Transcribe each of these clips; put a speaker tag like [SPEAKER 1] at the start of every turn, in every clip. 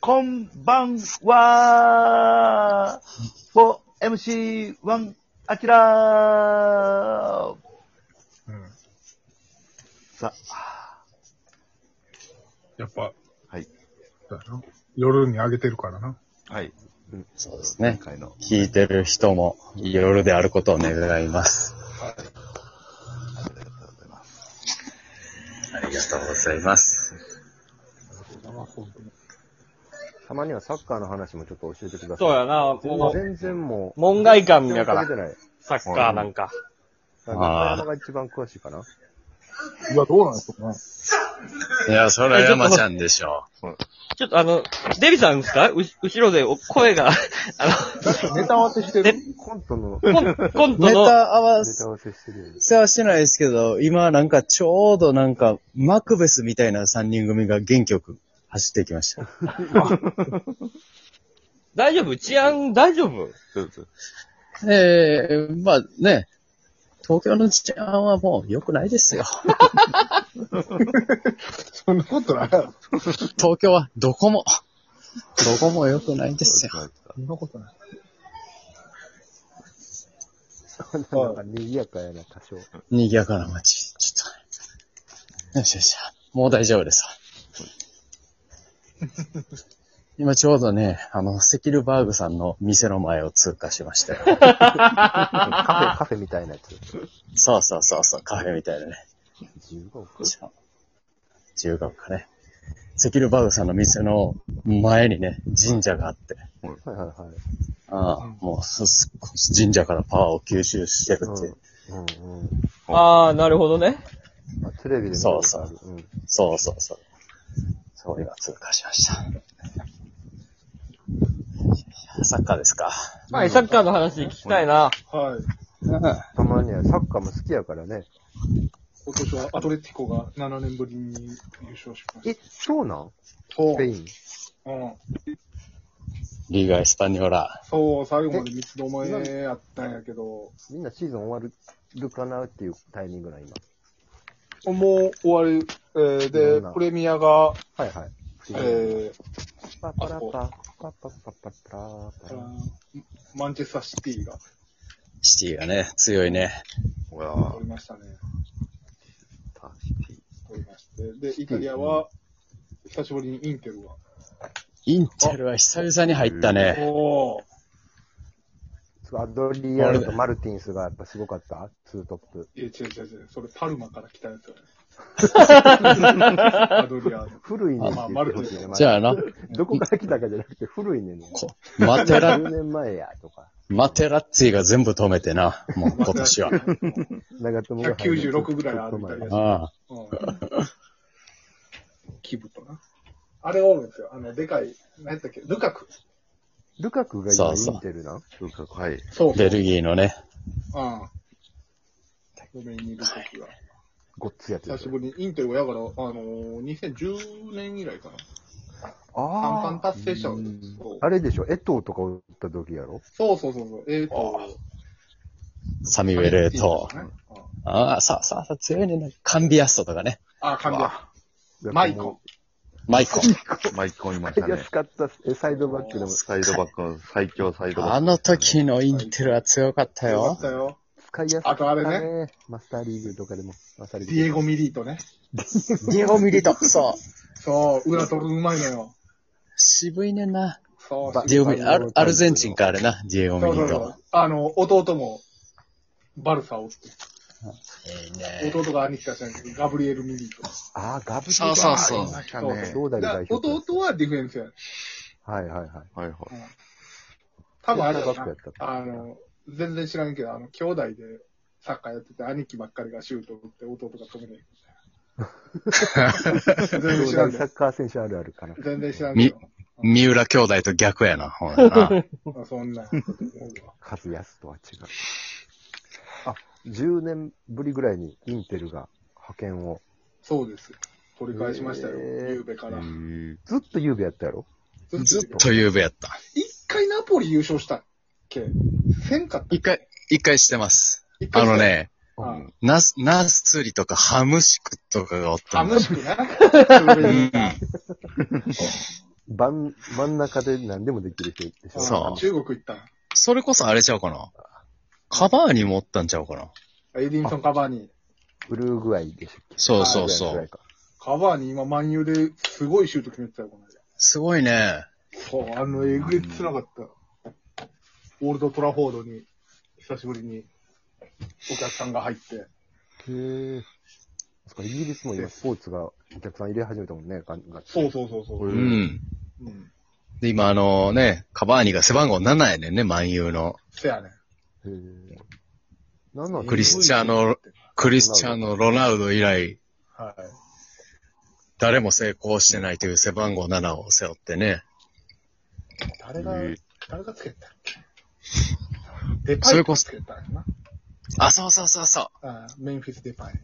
[SPEAKER 1] こんばんは !4MC1 アキラー
[SPEAKER 2] うん。
[SPEAKER 1] さ、
[SPEAKER 2] やっぱ、
[SPEAKER 1] はい。
[SPEAKER 2] だな。夜にあげてるからな。
[SPEAKER 1] はい。
[SPEAKER 3] そうですね
[SPEAKER 1] 今。回の。
[SPEAKER 3] 聞いてる人も夜であることを願います。
[SPEAKER 1] ありがとうございます。
[SPEAKER 3] ありがとうございます。
[SPEAKER 4] たまにはサッカーの話もちょっと教えてください。
[SPEAKER 5] そうやな、もう、
[SPEAKER 4] 全然もう。
[SPEAKER 5] 門外漢だから、
[SPEAKER 4] 全然関係ない。
[SPEAKER 5] サッカーなんか。
[SPEAKER 4] だから中山が一番詳しいかな。
[SPEAKER 2] いや、どうなんですかね。
[SPEAKER 3] いや、それは山ちゃんでしょ
[SPEAKER 5] ちょっとあの、デビさんですかうし後ろでお声が、あ
[SPEAKER 4] ネタ合わせしてる。コントの
[SPEAKER 5] の、コンコン
[SPEAKER 3] う。ネ
[SPEAKER 5] ト
[SPEAKER 3] タ
[SPEAKER 5] の、
[SPEAKER 3] 合わ
[SPEAKER 4] ネ
[SPEAKER 3] せ
[SPEAKER 4] タ合わせしてるよね。
[SPEAKER 3] はしてないですけど、今なんかちょうどなんかマクベスみたいな3人組が元気よく走ってきました。
[SPEAKER 5] 大丈夫治安大丈夫
[SPEAKER 1] そうです。
[SPEAKER 3] ええまあね、東京の治安はもう良くないですよ。
[SPEAKER 2] そんなことないやろ。
[SPEAKER 3] 東京はどこも、どこも良くないですよ。
[SPEAKER 2] そんなことない。
[SPEAKER 4] なんか賑やかやな、多少。
[SPEAKER 3] 賑やかな街。ちょっと。よしよし。もう大丈夫ですわ。今ちょうどね、あの、セキルバーグさんの店の前を通過しましたよ。
[SPEAKER 4] カフェ、カフェみたいなやつ。
[SPEAKER 3] そうそうそうそう、カフェみたいなね。
[SPEAKER 4] 15億。
[SPEAKER 3] ちょ中学かね。セキルバーグさんの店の前にね、神社があって。
[SPEAKER 4] はいはいはい。
[SPEAKER 3] ああ、もうす、す神社からパワーを吸収してるっていう。
[SPEAKER 4] うんうん。
[SPEAKER 5] ああ、なるほどね。
[SPEAKER 4] あ、テレビで見たことある。うん。
[SPEAKER 3] そうそうそう。そう、今通過しました。サッカーですか。
[SPEAKER 5] はい、サッカーの話聞きたいな。
[SPEAKER 2] はい。
[SPEAKER 3] うん。
[SPEAKER 4] たまにはサッカーも好きやからね。
[SPEAKER 2] 今年はアトレティコが7年ぶりに優勝しまし
[SPEAKER 4] え、そうなん
[SPEAKER 2] た。そ
[SPEAKER 4] スペイン。
[SPEAKER 2] う。うん。
[SPEAKER 3] リーガ・エスパニョラ。
[SPEAKER 2] そう、最後まで三つどもえやったんやけど、
[SPEAKER 4] みんなシーズン終わるるかなっていうタイミングな、今。
[SPEAKER 2] もう終わり、えー
[SPEAKER 4] いろ
[SPEAKER 2] で
[SPEAKER 4] んな、
[SPEAKER 2] プレミアが、
[SPEAKER 4] はいはい。
[SPEAKER 2] えー
[SPEAKER 4] パパラパ、パパパパパラパラ。
[SPEAKER 2] マンチェスターシティが
[SPEAKER 3] シティがね、強いね。
[SPEAKER 1] ほら、
[SPEAKER 2] 取りましたね。
[SPEAKER 1] パシティ。
[SPEAKER 2] 取りまして。で、イタリアは、久しぶりにインテルが。
[SPEAKER 3] インテルは久々に入ったね。
[SPEAKER 2] おー。
[SPEAKER 4] そうアドリアンとマルティンスがやっぱすごかったツートップ。
[SPEAKER 2] いや、違う違う違う。それ、パルマから来たやつだね。アドリアーノ。
[SPEAKER 4] 古いねんって言ってほしいね。ま
[SPEAKER 3] じゃあな、
[SPEAKER 4] どこから来たかじゃなくて古いねんね。
[SPEAKER 3] こマテラ、
[SPEAKER 4] 10年前や、とか。
[SPEAKER 3] マテラッツィが全部止めてな、もう今年 は。
[SPEAKER 4] 長友が入る
[SPEAKER 2] 196ぐらいあるみたいです。
[SPEAKER 3] ああ、
[SPEAKER 2] うんキブとな。あれがおるんですよ。あの、でかい、何やったっけ、ルカク。
[SPEAKER 4] ルカクが
[SPEAKER 3] そ
[SPEAKER 4] 今
[SPEAKER 3] うそう
[SPEAKER 4] インテルなん
[SPEAKER 1] そうか、はい。
[SPEAKER 2] そうそう。
[SPEAKER 3] ベルギーのね。
[SPEAKER 2] うん。ごめんにルカクが。
[SPEAKER 4] ごっついやつで
[SPEAKER 2] 久
[SPEAKER 4] す
[SPEAKER 2] し
[SPEAKER 4] よ。
[SPEAKER 2] ぶりに、インテルはやから、あのー、2010年以来かな。三
[SPEAKER 4] あ
[SPEAKER 2] 冠達成者をそう
[SPEAKER 4] あ。あれでしょ、エトーとか打った時やろ
[SPEAKER 2] そうそうそうそう。えーと、
[SPEAKER 3] サミュエルと。
[SPEAKER 2] ねうん
[SPEAKER 3] ああ、さあさあ、強いね。カンビアストとかね。
[SPEAKER 2] あ、カンビア。マイコ。
[SPEAKER 3] マイコ。
[SPEAKER 1] マイコンいましたね
[SPEAKER 4] 安。かったっすえサイドバックでも、
[SPEAKER 1] サイドバックの最強サイドバック。
[SPEAKER 3] あの時のインテルは強かった
[SPEAKER 2] よか
[SPEAKER 3] よ
[SPEAKER 2] っ。たよ。
[SPEAKER 4] 使いやすかった、ね。
[SPEAKER 2] あとあれ
[SPEAKER 4] マスターリーグとかでも、マスターリー
[SPEAKER 2] デ
[SPEAKER 4] グ。
[SPEAKER 2] ィエゴ・ミリートね。
[SPEAKER 3] ディオミリト。そう。
[SPEAKER 2] そう、裏取るうまいのよ。
[SPEAKER 3] 渋いねんな。
[SPEAKER 2] そう、
[SPEAKER 3] ディオミリ、アルアルゼンチンかあれな。ディオ
[SPEAKER 2] そう
[SPEAKER 3] ミ
[SPEAKER 2] そ
[SPEAKER 3] リ
[SPEAKER 2] うそう
[SPEAKER 3] ト。。
[SPEAKER 2] あの、弟も、バルサを追っ
[SPEAKER 3] いいね
[SPEAKER 2] て、弟が兄貴たちなんだけど、ガブリエル・ミリート。
[SPEAKER 4] ああ、ガブリ
[SPEAKER 3] そうそうそう
[SPEAKER 1] ありましたね。
[SPEAKER 2] そうそ
[SPEAKER 4] 兄
[SPEAKER 2] だ
[SPEAKER 4] 弟代表
[SPEAKER 2] 弟はディフェンスやね。
[SPEAKER 4] はいはいはい。
[SPEAKER 1] はいはい。
[SPEAKER 2] 多分あれだ
[SPEAKER 4] サイドバックやっ
[SPEAKER 2] な。あの、全然知らんけど、あの、兄弟でサッカーやってて、兄貴ばっかりがシュート打って、弟が止めねえ。全然
[SPEAKER 4] 兄
[SPEAKER 2] 知らんけ
[SPEAKER 4] 弟サ
[SPEAKER 2] ど
[SPEAKER 4] ッカー選手あるあるかな。
[SPEAKER 2] 全然知らんけど。
[SPEAKER 3] 三浦兄弟と逆やな。ほんならな
[SPEAKER 2] まあそんなこと思うわ。
[SPEAKER 4] カズヤスとは違う。あ、10年ぶりぐらいにインテルが派遣を。
[SPEAKER 2] そうです。取り返しましたよ、
[SPEAKER 4] へえ
[SPEAKER 2] ゆうべか
[SPEAKER 1] え
[SPEAKER 2] ら。
[SPEAKER 1] ー、
[SPEAKER 4] ずっとゆうべやったやろ
[SPEAKER 3] ずっと夕べやった。
[SPEAKER 2] 一回ナポリ優勝したっけせんかった
[SPEAKER 3] 一回、一回してます。
[SPEAKER 2] 一回
[SPEAKER 3] あの。ね、
[SPEAKER 2] あ
[SPEAKER 3] ナス、ナス釣りとかハムシクとかがおった
[SPEAKER 2] ハ
[SPEAKER 3] ん
[SPEAKER 2] ム
[SPEAKER 3] だ。
[SPEAKER 2] シクな。
[SPEAKER 3] うん
[SPEAKER 4] 真ん、真ん中で何でもできる人でしょ。
[SPEAKER 3] そう
[SPEAKER 2] あ中国行ったん
[SPEAKER 3] それこそあれちゃうかな。カバーに持ったんちゃうかな。
[SPEAKER 2] エディンソン・カバーニー。
[SPEAKER 4] ウルグアイでしょ。
[SPEAKER 3] そうそうそ
[SPEAKER 4] ウルグアイ
[SPEAKER 3] う。
[SPEAKER 4] か。
[SPEAKER 2] カバーニー今、万有ですごいシュート決めてたよ、この間。
[SPEAKER 3] すごいね。
[SPEAKER 2] そう、あの、えぐいつなかった。オールド・トラフォードに、久しぶりに、お客さんが入って。
[SPEAKER 4] へえ。そっか、イギリスも今スポーツがお客さん入れ始めたもんね、ガンガン。
[SPEAKER 2] そうそうそうそう。
[SPEAKER 3] う。
[SPEAKER 4] うん
[SPEAKER 2] うん。
[SPEAKER 3] で、今あのね、カバーニが背番号7やねんね、万有の。
[SPEAKER 2] せやね。
[SPEAKER 4] へえ。なんなん
[SPEAKER 3] クリスチャーノ、クリスチャーノ・ロナウド以来、
[SPEAKER 2] はい。
[SPEAKER 3] 誰も成功してないという背番号7を背負ってね。
[SPEAKER 2] 誰が、
[SPEAKER 4] えー
[SPEAKER 2] 誰がつけてたっけデパ
[SPEAKER 3] そ
[SPEAKER 2] イ
[SPEAKER 3] れ
[SPEAKER 2] が
[SPEAKER 3] こそ
[SPEAKER 2] つけてたんやな。
[SPEAKER 3] あ、そうそうそうそ
[SPEAKER 2] ああメンフィス・デパイ。
[SPEAKER 3] う。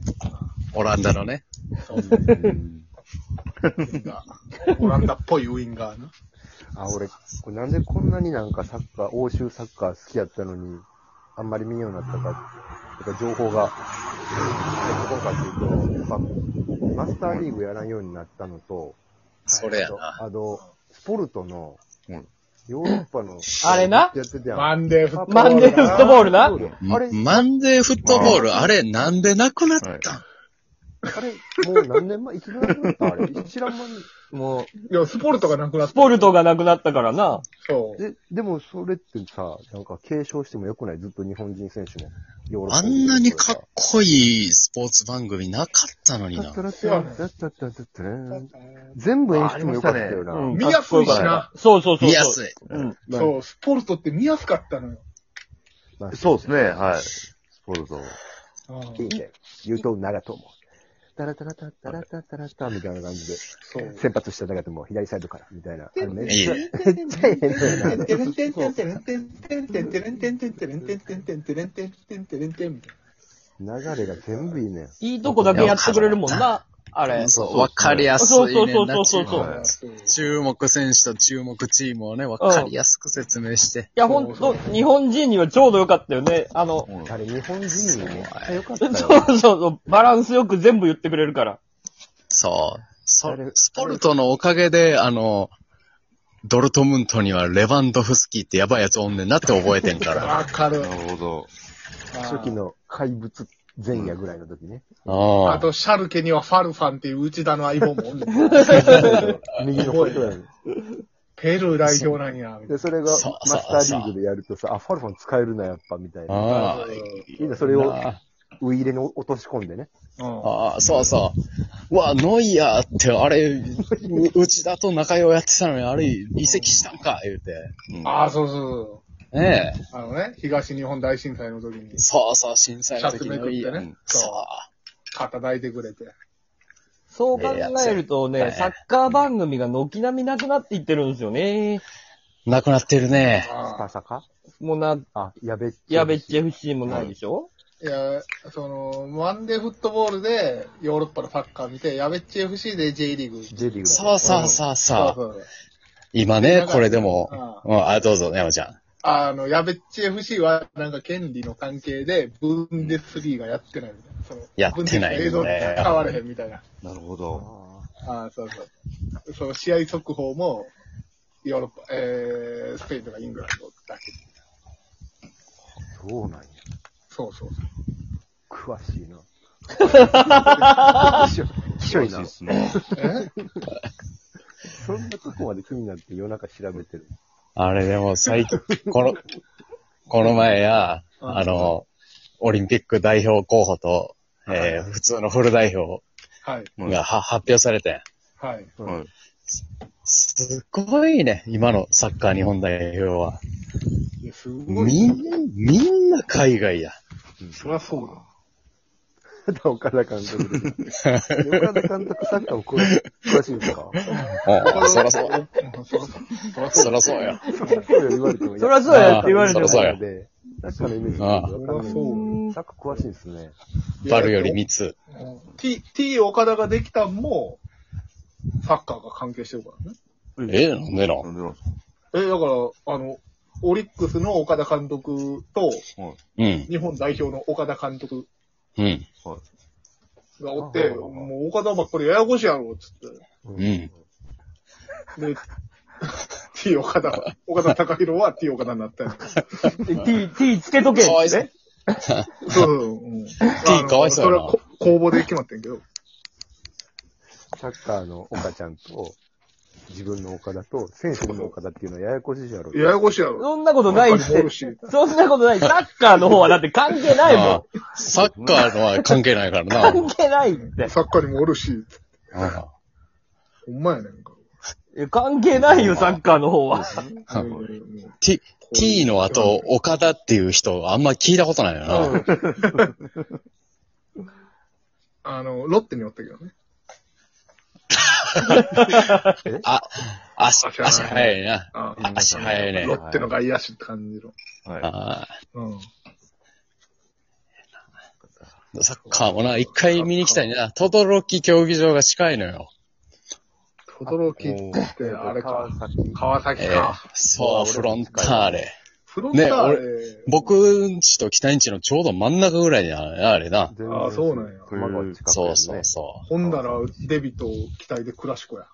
[SPEAKER 3] オランダのね。
[SPEAKER 2] そうそう。ウィンガーオランダっぽいウィンガーな。
[SPEAKER 4] あ、俺、これなんでこんなになんかサッカー、欧州サッカー好きやったのに、あんまり見んようになったか、とか情報が、どこかっていうと、やっぱ、マスターリーグやらんようになったのと、
[SPEAKER 3] それやな。
[SPEAKER 4] あと、スポルトの
[SPEAKER 3] うん、
[SPEAKER 4] ヨーロッパの、
[SPEAKER 5] あれな
[SPEAKER 4] やってたやん。
[SPEAKER 2] マンデーフットボー
[SPEAKER 5] マ
[SPEAKER 2] ル
[SPEAKER 5] ンデーフットボールな。
[SPEAKER 4] あれ、
[SPEAKER 3] マンデーフットボール、あれなんでなくなったん、
[SPEAKER 4] あれ、もう何年前、いつぐらいだったあれ、知らんまに。も
[SPEAKER 2] いや、スポルトがなくなった。
[SPEAKER 5] スポルトがなくなったからな。
[SPEAKER 2] そう
[SPEAKER 4] う、。で、でもそれってさ、なんか継承してもよくないずっと日本人選手も。ヨーロッパ
[SPEAKER 3] あんなにかっこいいスポーツ番組なかったのに
[SPEAKER 4] いい
[SPEAKER 3] な。
[SPEAKER 4] 全部演出も良かったよな。
[SPEAKER 5] ありま
[SPEAKER 2] 見やすいしな。
[SPEAKER 5] そうそうそうそう。
[SPEAKER 3] 見やすい。
[SPEAKER 5] うん。
[SPEAKER 2] そう、スポルトって見やすかったのよ。
[SPEAKER 4] まあ
[SPEAKER 6] そうですね、はい。スポルト。
[SPEAKER 2] うん
[SPEAKER 4] いいね。言うと長友。タラタラタタラタタラタみたいな感じで、
[SPEAKER 2] そう。
[SPEAKER 4] 先発した中でも左サイドから、みたいな。あれめっ
[SPEAKER 3] いい
[SPEAKER 4] ちゃ、めっちゃええねんな流れが全部いいねん。
[SPEAKER 5] いいとこだけやってくれるもんな。あれ。
[SPEAKER 3] そう、わかりやすいねんな。
[SPEAKER 5] そうそうそうそうそう
[SPEAKER 3] 注目選手と注目チームをね、わかりやすく説明して。
[SPEAKER 5] いや、ほんと、日本人にはちょうどよかったよね。あの、
[SPEAKER 4] あれ日本人にもめっちゃ良かった
[SPEAKER 5] そう
[SPEAKER 4] よ。
[SPEAKER 5] そうそう、バランスよく全部言ってくれるから。
[SPEAKER 3] そう。そ
[SPEAKER 4] あれ
[SPEAKER 3] スポルトのおかげで、あの、ドルトムントにはレバンドフスキーってやばいやつおんねんなって覚えてんから。あ
[SPEAKER 2] わかる
[SPEAKER 6] な。るほど。
[SPEAKER 4] 初期の怪物前夜ぐらいの時ね。
[SPEAKER 2] あ
[SPEAKER 3] あ。
[SPEAKER 2] と、シャルケにはファルファンっていう内田の相棒もおんねん
[SPEAKER 4] 右の方とか
[SPEAKER 2] ペルー代表なんや。みたい
[SPEAKER 4] で、それがマ
[SPEAKER 3] そうそう
[SPEAKER 4] スターリーグでやるとさ、あ、ファルファン使えるな、やっぱ、みたいな。
[SPEAKER 3] ああ。
[SPEAKER 4] みんなそれをウイイレに落とし込んでね。
[SPEAKER 2] なうん
[SPEAKER 3] ああ、そうそう。うわ、ノイヤーって、あれ、う 内田と仲良うやってたのに、あれ、移籍したんか、言うて。
[SPEAKER 2] ああ、そうそ
[SPEAKER 3] ね
[SPEAKER 2] う。あのね、東日本大震災の時に
[SPEAKER 3] え。、そうそう、震災
[SPEAKER 2] シ
[SPEAKER 3] の
[SPEAKER 2] ャツ
[SPEAKER 3] 時
[SPEAKER 2] め
[SPEAKER 3] の
[SPEAKER 2] く
[SPEAKER 3] いい
[SPEAKER 2] って
[SPEAKER 3] や。
[SPEAKER 2] ね、
[SPEAKER 3] そう。
[SPEAKER 2] 肩抱いてくれて。
[SPEAKER 5] そう考えると
[SPEAKER 3] ええ
[SPEAKER 5] ね、
[SPEAKER 3] やつや
[SPEAKER 5] サッカー番組が軒並みなくなっていってるんですよね。
[SPEAKER 3] なくなってるね。
[SPEAKER 4] スパサカ
[SPEAKER 5] もうな、
[SPEAKER 4] あ、やべっち。
[SPEAKER 5] やべっち FC もないでしょ、
[SPEAKER 2] いや、その、ワンデーフットボールでヨーロッパのサッカー見て、やべっち FC で J リーグ。
[SPEAKER 4] J リーグ。
[SPEAKER 3] そうそうそうそう。
[SPEAKER 2] うそう。
[SPEAKER 3] 今ね、これでも
[SPEAKER 2] あ、
[SPEAKER 3] うんあ、どうぞ、山ちゃん。
[SPEAKER 2] あの、やべっち FC は、なんか権利の関係で、ブンデスリーがやってないみたいな。その
[SPEAKER 3] やってないね
[SPEAKER 2] ブンデスリーの映像使われへんみたいな。
[SPEAKER 6] なるほど。
[SPEAKER 2] ああ、そうそう。その試合速報も、ヨーロッパ、えー、スペインとかイングランドだけ。
[SPEAKER 4] そうなんや。
[SPEAKER 2] そうそう
[SPEAKER 4] 詳し いな。気象いな。
[SPEAKER 6] すね。
[SPEAKER 2] そう。え
[SPEAKER 4] そんなとこまで気になって夜中調べてる。
[SPEAKER 3] あれでも最 近、この、この前や、
[SPEAKER 2] うん
[SPEAKER 3] あの、オリンピック代表候補と、えー普通のフル代表
[SPEAKER 2] はい。
[SPEAKER 3] がは発表されてん。
[SPEAKER 2] はい。
[SPEAKER 6] はい。
[SPEAKER 3] すごいね、今のサッカー日本代表は。
[SPEAKER 2] いやすごい。
[SPEAKER 3] みん、みんな海外や。
[SPEAKER 2] そりゃそうだ。
[SPEAKER 4] 岡田監督で。岡田監督サッカーも詳しい詳しいんですか
[SPEAKER 3] ああ、そらそう。
[SPEAKER 2] そりゃそうだ。
[SPEAKER 3] そらそうや。
[SPEAKER 4] そりゃそうよ、言われても。
[SPEAKER 5] そりゃそうやって言われて
[SPEAKER 3] あ
[SPEAKER 5] も
[SPEAKER 3] あ。そうや
[SPEAKER 4] ので、サッカーのイメージが分かんない
[SPEAKER 2] あ
[SPEAKER 4] んでサッカー詳しいんですね。
[SPEAKER 3] バルより密。
[SPEAKER 2] うん T、T 岡田ができたんも、サッカーが関係してるからね。
[SPEAKER 3] え、なんでな
[SPEAKER 6] なんでなんです
[SPEAKER 2] え、だから、あの、オリックスの岡田監督と、
[SPEAKER 6] かはい。
[SPEAKER 3] うん。
[SPEAKER 2] 日本代表の岡田監督
[SPEAKER 3] うん。
[SPEAKER 6] はい。
[SPEAKER 2] がおって、
[SPEAKER 4] ああ
[SPEAKER 2] もう岡田ばっかりややこしいやろ、つって。
[SPEAKER 3] うん。
[SPEAKER 2] で、 T 岡田は、岡田隆弘は T 岡田になったよ。
[SPEAKER 1] T、T つけとけ
[SPEAKER 3] かわい
[SPEAKER 1] っ
[SPEAKER 3] そ
[SPEAKER 1] て
[SPEAKER 3] う
[SPEAKER 1] ね。。
[SPEAKER 2] そうそうそう。うん
[SPEAKER 3] T かわいそうやな
[SPEAKER 2] あのそれはこ公募で決まってんけど。
[SPEAKER 4] サッカーの岡ちゃんと、自分の岡田と、選手の岡田っていうのはややこしいやろ。
[SPEAKER 2] ややこしいやろ。
[SPEAKER 1] そんなことないっ
[SPEAKER 2] やっぱりボー
[SPEAKER 1] て
[SPEAKER 2] ル。し
[SPEAKER 1] そんなことない。サッカーの方はだって関係ない
[SPEAKER 3] ああ
[SPEAKER 1] もん。
[SPEAKER 3] サッカーのは関係ないからな。
[SPEAKER 1] 関係ないって。
[SPEAKER 2] サッカーにもおるし、
[SPEAKER 3] あ
[SPEAKER 2] ほんまやねんか。
[SPEAKER 1] え関係ないよ、サッカーの方は。
[SPEAKER 3] あ
[SPEAKER 2] うんうんうん
[SPEAKER 3] T、T の後、岡田っていう人、あんま聞いたことないよな。
[SPEAKER 2] あの、ロッテにおったけどね。
[SPEAKER 3] あ、足、
[SPEAKER 2] 足
[SPEAKER 3] 足早いな。
[SPEAKER 2] あ
[SPEAKER 3] あ足早いね
[SPEAKER 2] ロ。ッテの外野手って感じの。
[SPEAKER 6] はい。
[SPEAKER 3] あ
[SPEAKER 2] うん。
[SPEAKER 3] あサッカーもな、一回見に行きたいな。トドロキ競技場が近いのよ。
[SPEAKER 2] 轟って、あれか。
[SPEAKER 4] 川崎。
[SPEAKER 2] 川崎
[SPEAKER 3] ええ
[SPEAKER 2] か。
[SPEAKER 3] そう、フロンターレ。
[SPEAKER 2] フロンターレ、
[SPEAKER 3] 僕んちと北んちのちょうど真ん中ぐらいにあるあれな。
[SPEAKER 4] 全然
[SPEAKER 2] ああそうなんや
[SPEAKER 4] 熊川近くやね
[SPEAKER 3] そうそうそ
[SPEAKER 2] ほんなら、デビと期待でクラシコや。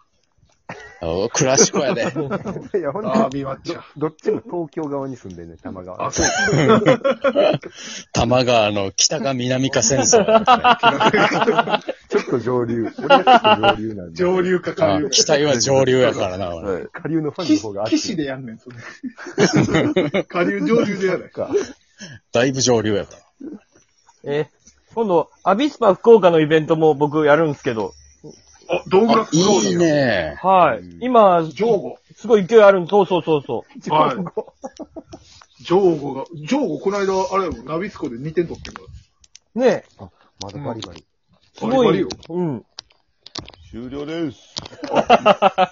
[SPEAKER 3] う。クラシコやで。
[SPEAKER 4] いや、ほん
[SPEAKER 2] ダー
[SPEAKER 4] と
[SPEAKER 2] ビーマッチや。
[SPEAKER 4] どっちも東京側に住んでんねん、玉川。
[SPEAKER 2] あ、そう。
[SPEAKER 3] 多摩川の北か南か戦争だったね。
[SPEAKER 4] ちょっと上流。俺がちょっと上流なん で。
[SPEAKER 2] 上流か下
[SPEAKER 3] あ
[SPEAKER 2] 流か。
[SPEAKER 3] 北は上流やからな、俺。
[SPEAKER 6] はい。
[SPEAKER 4] 下流のファンの方が
[SPEAKER 2] 岸
[SPEAKER 4] 熱い。
[SPEAKER 2] 岸でやんねん、それ。 下流、上流でやない。
[SPEAKER 4] か。
[SPEAKER 3] だいぶ上流やった。
[SPEAKER 5] えー今度、アビスパ福岡のイベントも僕やるんすけど。
[SPEAKER 2] あ、ドングラ
[SPEAKER 3] あ
[SPEAKER 2] スクロール
[SPEAKER 3] いいね。
[SPEAKER 5] はい。今、
[SPEAKER 2] ジョーゴ。
[SPEAKER 5] すごい勢いあるんそうそうそうそう。
[SPEAKER 2] はい。ジョーゴが、ジョーゴこの間、あれやもん、ナビスコで2点取ってんから。
[SPEAKER 5] ねえ、
[SPEAKER 4] あ、まだバリバリ。
[SPEAKER 5] すご
[SPEAKER 2] バリバリ
[SPEAKER 5] い
[SPEAKER 2] よ。
[SPEAKER 5] うん。
[SPEAKER 6] 終了です。